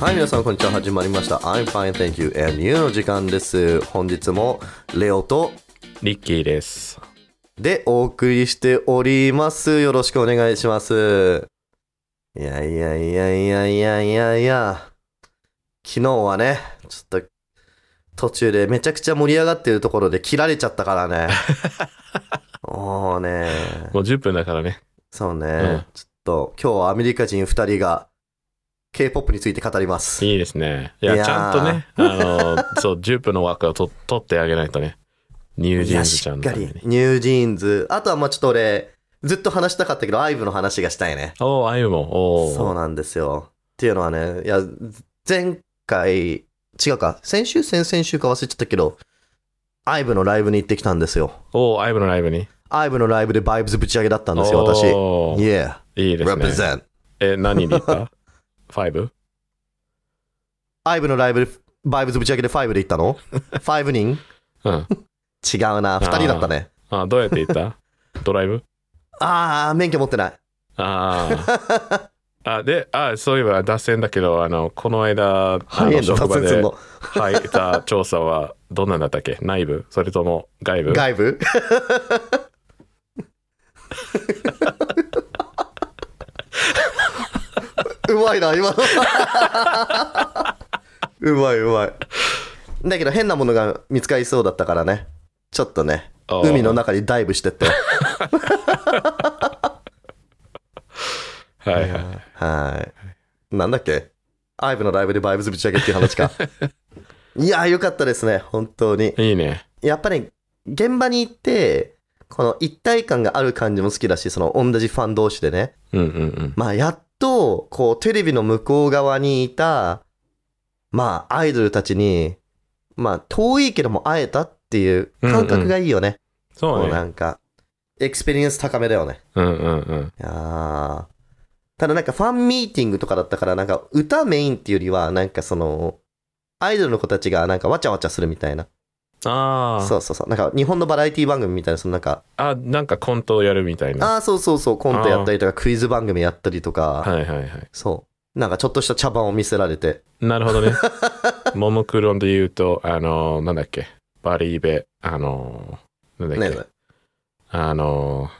はい、皆さん、こんにちは。始まりました。I'm fine, thank you, and you の時間です。本日も、レオと、リッキーです。で、お送りしております。よろしくお願いします。いやいやいやいやいやいやいや。昨日はね、ちょっと、途中でめちゃくちゃ盛り上がってるところで切られちゃったからね。もうね、もう10分だからね。そうね、んちょっと、今日はアメリカ人2人が、K-POP について語ります。いいですね。いいや、やーちゃんとね、あの、そう、10分の枠をと取ってあげないとね。ニュージーンズちゃんのためいやしっかに。りニュージーンズあとはまあちょっと俺ずっと話したかったけどアイブの話がしたいねおー、あゆも。おー。そうなんですよっていうのはねいや前回違うか先週先々週か忘れちゃったけどアイブのライブに行ってきたんですよおー、あゆものライブに。アイブのライブでバイブズぶち上げだったんですよ私おー Yeah いいですね。 represent え、何に行った ?5? アイブのライブでバイブズぶち上げで5で行ったの ?5 人うん。 違うな2人だったねあ、どうやって行ったドライブああー免許持ってないあ あ。あ、で、あ、そういえば脱線だけど、あの、この間、あハイエンド職場達成すでるの入った調査は、どんなんだったっけ内部それとも外部外部 うまいな今の うまいうまいだけど変なものが見つかりそうだったからねちょっとねあー海の中にダイブしてってはいはい。はいなんだっけアイブのライブでバイブズぶち上げっていう話 かいやーよかったですね本当にいいね。やっぱり現場に行ってこの一体感がある感じも好きだしその同じファン同士でねうんうんうん。まあ、やっと、こう、テレビの向こう側にいた、まあ、アイドルたちに、まあ、遠いけども会えたっていう感覚がいいよね。そうこうねな。んか、エクスペリエンス高めだよね。うんうんうん。いやーただなんかファンミーティングとかだったから、なんか歌メインっていうよりは、なんかその、アイドルの子たちがなんかわちゃわちゃするみたいな。あそあ。うそうそう。なんか日本のバラエティ番組みたいな、そのなんか、あ、なんかコントをやるみたいな。ああ、そうそうそう、コントやったりとか、クイズ番組やったりとか、はいはいはい。そう。なんかちょっとした茶番を見せられて、なるほ どね。ももクロンで言うと、あのー、なんだっけ。バリーベ、あのー、なんだっけ。ねあのー、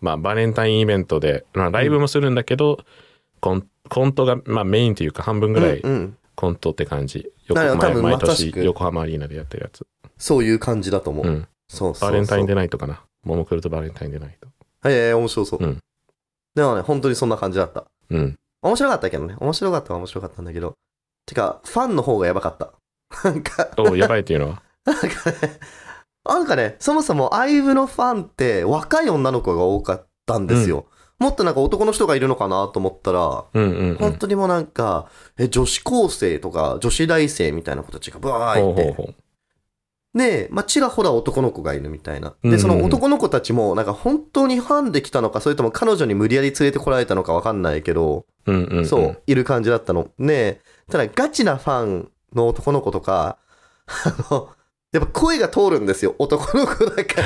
まあ、バレンタインイベントで、まあ、ライブもするんだけど、コンコントが、まあ、メインというか半分ぐらいうんうんコントって感じ。なるほど多毎分毎まさし年く横浜アリーナでやってるやつ。そういう感じだと思う。うん。そうそうそうバレンタインデーナイトかな。ももクロとバレンタインデーナイト。いやいや、面白そう。うんでもね、本当にそんな感じだった。うん。 面白かったけどね。面白かったは面白かったんだけど。てか、ファンの方がやばかった。 なんか、おうやばいっていうのは。なんかね、なんかね、そもそもアイブのファンって若い女の子が多かったんですよ。もっとなんか男の人がいるのかなと思ったら、うんうん、うん。本当にもうなんか、え、女子高生とか女子大生みたいな子たちがブワーほいうって、ほうほう。で、まあ、ちらほら男の子がいるみたいな。うんうんで、うんその男の子たちも、なんか本当にファンで来たのか、それとも彼女に無理やり連れてこられたのかわかんないけど、うんうん、うん。そう、いる感じだったの。ねただガチなファンの男の子とか、 あの、やっぱ声が通るんですよ。男の子だ か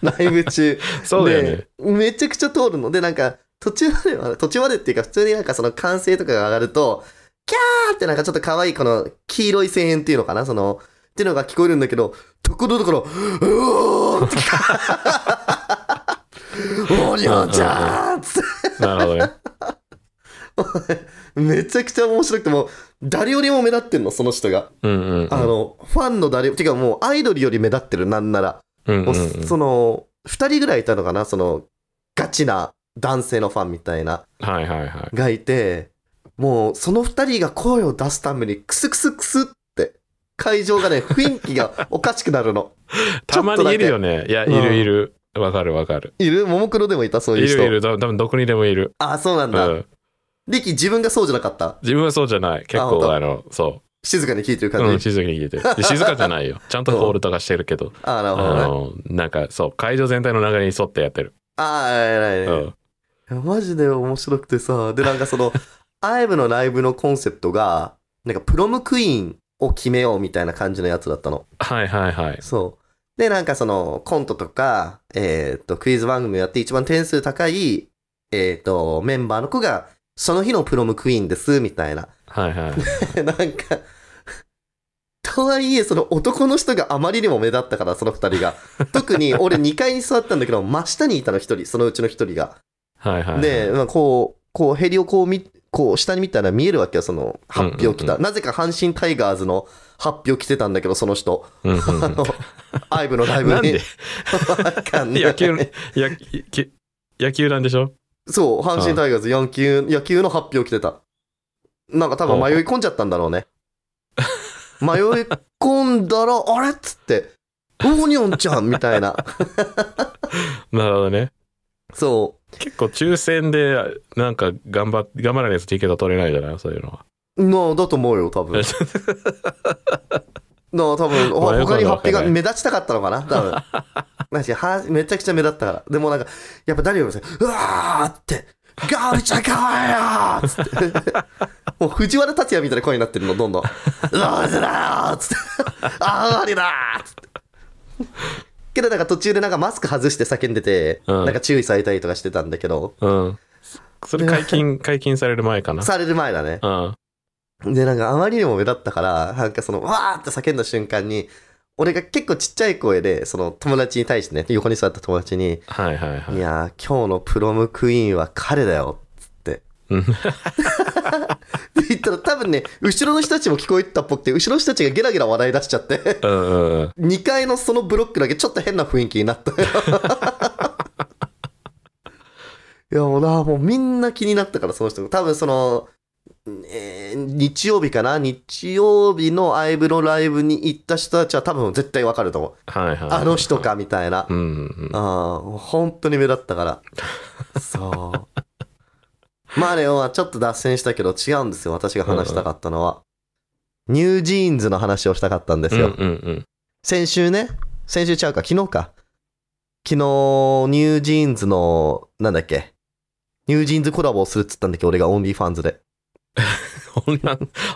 ら、ライブ中。そうだよね。でめちゃくちゃ通るので、なんか、途中までは、途 中までっていうか、普通になんかその歓声とかが上がると、キャーってなんかちょっと可愛いこの黄色い声援っていうのかな、その、っていうのが聞こえるんだけど、ところどころ、うおーって おにょんちゃんつっなるほどね。て、めちゃくちゃ面白くて、もう、誰よりも目立ってんの、その人が。うんうんうん。あの、ファンの誰より、てかもうアイドルより目立ってる、なんなら。うんうんうもん、うその、2人ぐらいいたのかな、その、ガチな男性のファンみたいな、はいはいはがいて、もう、その2人が声を出すために、クスクスクスって、会場が ね、雰囲気がおかしくなるの。い。たまにいるよね。いや、いうんるいる。わ、かるわかる。いるももクロでもいた、そういいう人。るいる。多分どこにでもいる。あ、そうなんうだ。ん。リキ、自分がそうじゃなかった。自分はそうじゃない。結あ本構、当あの、そ静かに聞いてるう。感じ。うん、静かに聞いてる。で静かじゃない よ。ちゃんとホールとかしてるけど、あ、なるほあどね。の、なんか、そう、会場全体の流れに沿ってやってる。あー、偉い偉い。ういん。やマジで面白くてさ、で、なんかその、アイブのライブのコンセプトが、なんかプロムクイーンを決めようみたいな感じのやつだったの。はいはいはい。そう。で、なんかその、コントとか、えっ、と、クイズ番組をやって一番点数高い、えっ、と、メンバーの子がその日のプロムクイーンです、みたいな。 はいはい。なんか、とはいえ、その男の人があまりにも目立ったから、その二人 が。特に俺2階に座ったんだけど、真下にいたの一人、そのうちの一人が。はいはい。で、まあ、こう、こうヘリをこう見、こう下に見たら見えるわけよ、その発表着うんうんた。なぜか阪神タイガーズの発表着てたんだけど、その人。うんうんう あん の、アイブのライブに。なん でわかんない野球のやき野球なんでしょそう、阪神タイガーズ野球、野球の発表来てた。なんか多分迷い込んじゃったんだろうね。迷い込んだら、あれっつって、オーニョンちゃんみたいな。なるほどね。そ結構抽選で、なんか頑張っ、頑張らないとティケット取れないじゃないそういうのは。う。なあ、だと思うよ、多 分。なあ、多分、ほ他迷い込んだに発表わがけない目立ちたかったのかな多 分。なし、は、めちゃくちゃ目立ったから。でもなんか、やっぱ誰よりもさ、うわーって、ガールちゃんかわいよー っつって。もう藤原達也みたいな声になってるの、どんどん。うわーずらーっ つって。あーありだーっつって。けどなんか途中でなんかマスク外して叫んでて、うんなんか注意されたりとかしてたんだけど、うん。それ解 禁、解禁される前かな。される前だね。うん。で、なんかあまりにも目立ったから、なんかその、わーって叫んだ瞬間に、俺が結構ちっちゃい声で、その友達に対してね、横に座った友達に、はいはいはいい、。やー、今日のプロムクイーンは彼だよ、つ って。うんって言ったら多分ね、後ろの人たちも聞こえてたっぽくて、後ろの人たちがゲラゲラ笑い出しちゃって、うんうんうん。 2階のそのブロックだけちょっと変な雰囲気になった よ。いやもうな、もうみんな気になったから、その人が。多分その、えー日曜日かな日曜日のアイブのライブに行った人たちは多分絶対わかると思う。はいはい。あの人。か、みたいな。うんうん。ああ、もう本当に目立ったから。そう。まあね、まあちょっと脱線したけど違うんですよ。私が話したかったのは。ニュージーンズの話をしたかったんですうんうよ。ん 先週ね、先週ちゃうか、昨日か。昨日、ニュージーンズの、なんだっけ。ニュージーンズコラボをするっつったんだけど、俺がオンリーファンズで。うん。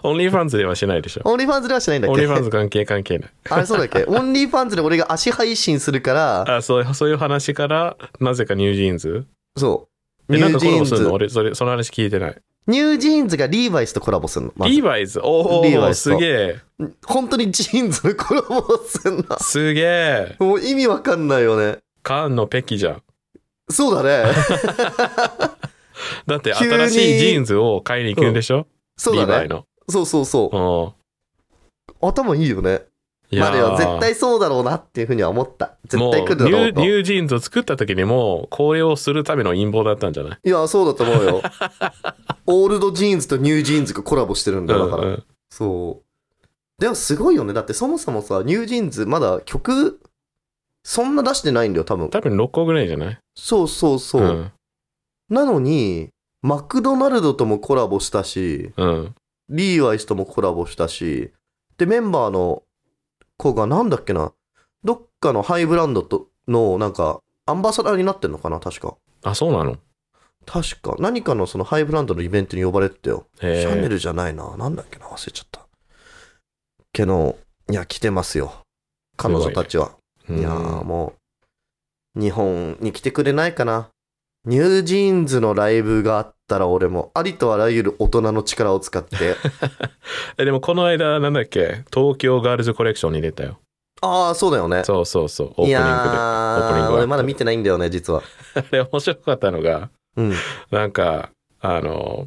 オンリーファンズではしないでしょ。オンリーファンズではしないんだっオンリーファンけズ関係関係ない。 あれそうだっけオンリーファンズで俺が足配信するから、あ、そう、そういう話から、なぜかニュージーンズそう。え、ニなんューかジコラーンボするのズ。俺、それ、その話聞いてない。ニュージーンズがリーバイスとコラボするの。まずリーバイズおリーバおイズすとげえ本当にジーンズのコラボをす んな。すげえもう意味わかんないよね。カーンのペキじゃん。そうだね。だって急に新しいジーンズを買いに行くんでしょ、そリうーバだイね。の。そうそうそうう。ん。頭いいよね。いまあでーも絶対そうだろうなっていうふうには思った。絶対来るだもうろニうューと。ニいュージーンズを作った時にもうこれをするための陰謀だったんじゃないや、そうだと思う よ。オールドジーンズとニュージーンズがコラボしてるんだよだから。うんうんそう。でもすごいよね。だってそもそもさ、ニュージーンズまだ曲、そんな出してないんだよ、多分。多分6個ぐらいじゃないそうそうそう。んなのに、マクドナルドともコラボしたし、うん。リーワイスともコラボしたし、で、メンバーの子がなんだっけな、どっかのハイブランドとの、なんか、アンバサダーになってんのかな、確か。あ、そうなの確か、何かのそのハイブランドのイベントに呼ばれてたよ。シへャネえ。ルじゃないな、なんだっけな、忘れちゃった。けど、いや、来てますよ。彼女たちは。ういんやーもう、日本に来てくれないかな。ニュージーンズのライブがあったら俺も、ありとあらゆる大人の力を使 って、えでもこの間、なんだっけ東京ガールズコレクションに出たよ。ああ、そうだよね。そうそうそう。オープいニングで。やオープニンーグは俺まだ見てないんだよね、実は。あ れ面白かったのが、 うん。なんか、あの、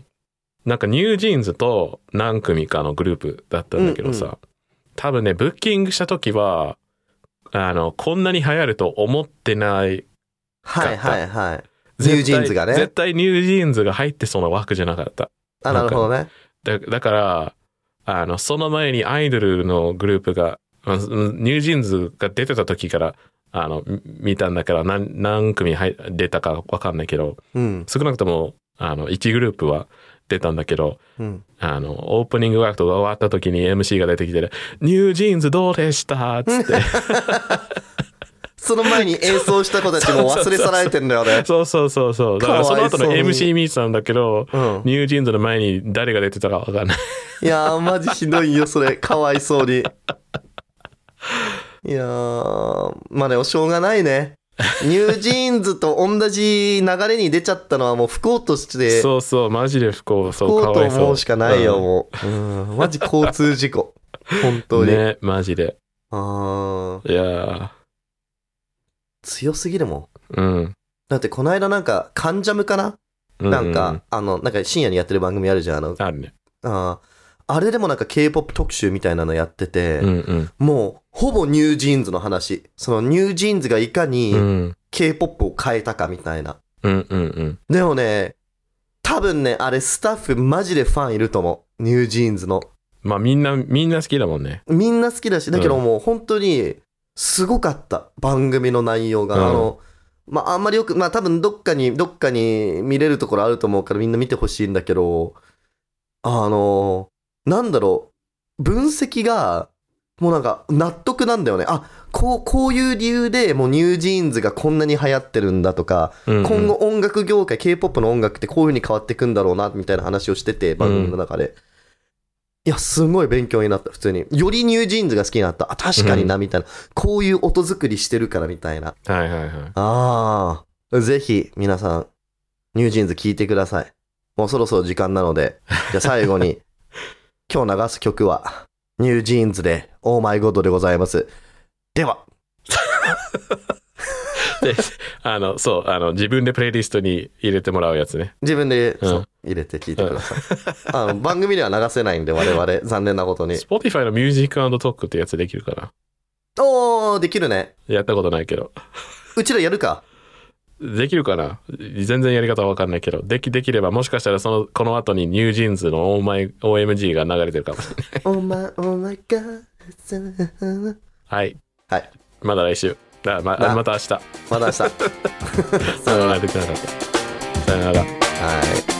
なんかニュージーンズと何組かのグループだったんだけどさ、うん多分ね、ブッキングした時は、あの、こんなに流行ると思ってない。はいはいはい。絶対ニュージーンズがね絶対ニュージーンズが入ってそうな枠じゃなかった。あ、なるほどね。だだから、あの、その前にアイドルのグループが、うんニュージーンズが出てた時から、あの、み見たんだから何、何組入出たかわかんないけど、うん。少なくとも、あの、1グループは出たんだけど、うん。あの、オープニングワークとか終わった時に MC が出てきて、ニュージーンズどうでしたっつって。 その前に演奏した子たちも忘れ去られてんだよ ね。そうそうそうそう。だからその後の MC 見てたんだけど、うん。ニュージーンズの前に誰が出てたかわかんない。いやー、マジひどいよ、それ。かわいそうに。いやー、まあでもしょうがないね。ニュージーンズと同じ流れに出ちゃったのはもう不幸として、そうそう、マジで不幸、そ不う、か幸とわいそう。思うしかないよ、うんもう。うん、マジ交通事故。本当に。ね、マジで。あーいや強すぎるもん。ーうん。だってこの間なんか、カンジャムかな、うなんか、、あの、なんか深夜にやってる番組あるじゃん。あの、あるね。あーあれでもなんか K-POP 特集みたいなのやってて、うんうん。もう、ほぼニュージーンズの話。そのニュージーンズがいかうにん K-POP を変えたかみたいな。うんうんうん。でもね、多分ね、あれスタッフマジでファンいると思う。ニュージーンズの。まあみんな、みんな好きだもんね。みんな好きだし、だけどうんもう本当にすごかった。番組の内容が。うんあの、まああんまりよく、まあ多分どっかに、どっかに見れるところあると思うからみんな見てほしいんだけど、あの、なんだろう、分析が、もうなんか納得なんだよね。あ、こう、こういう理由でもうニュージーンズがこんなに流行ってるんだとか、うんうん今後、音楽業界 K-POP の音楽ってこういう風に変わっていくんだろうなみたいな話をしてて番組の中で、いやすごい勉強になった普通によりニュージーンズが好きになったあ確かになみたいな、こういう音作りしてるからみたいなはいはいはい。ああぜひ皆さんニュージーンズ聴いてくださいもうそろそろ時間なのでじゃあ最後 に今日流す曲はニュージーンズで「オーマイゴッド」でございますではで、あの、そう、あの、自分でプレイリストに入れてもらうやつね。自分で、うんそう入れて聞いてください、 あの番組では流せないんで我々残念なことに Spotify のミュージックトークってやつできるかな。おーできるねやったことないけど。うちらやる かできるかな全然やり方はわかんないけど。でき、できれば、もしかしたらその、この後にニュージーンズの Oh My OMG が流れてるかもしれない。おまおまがはい。はい。まだ来週。だまなまた明日。さまだ明日さよよなな ららできなかった。さよなら。はい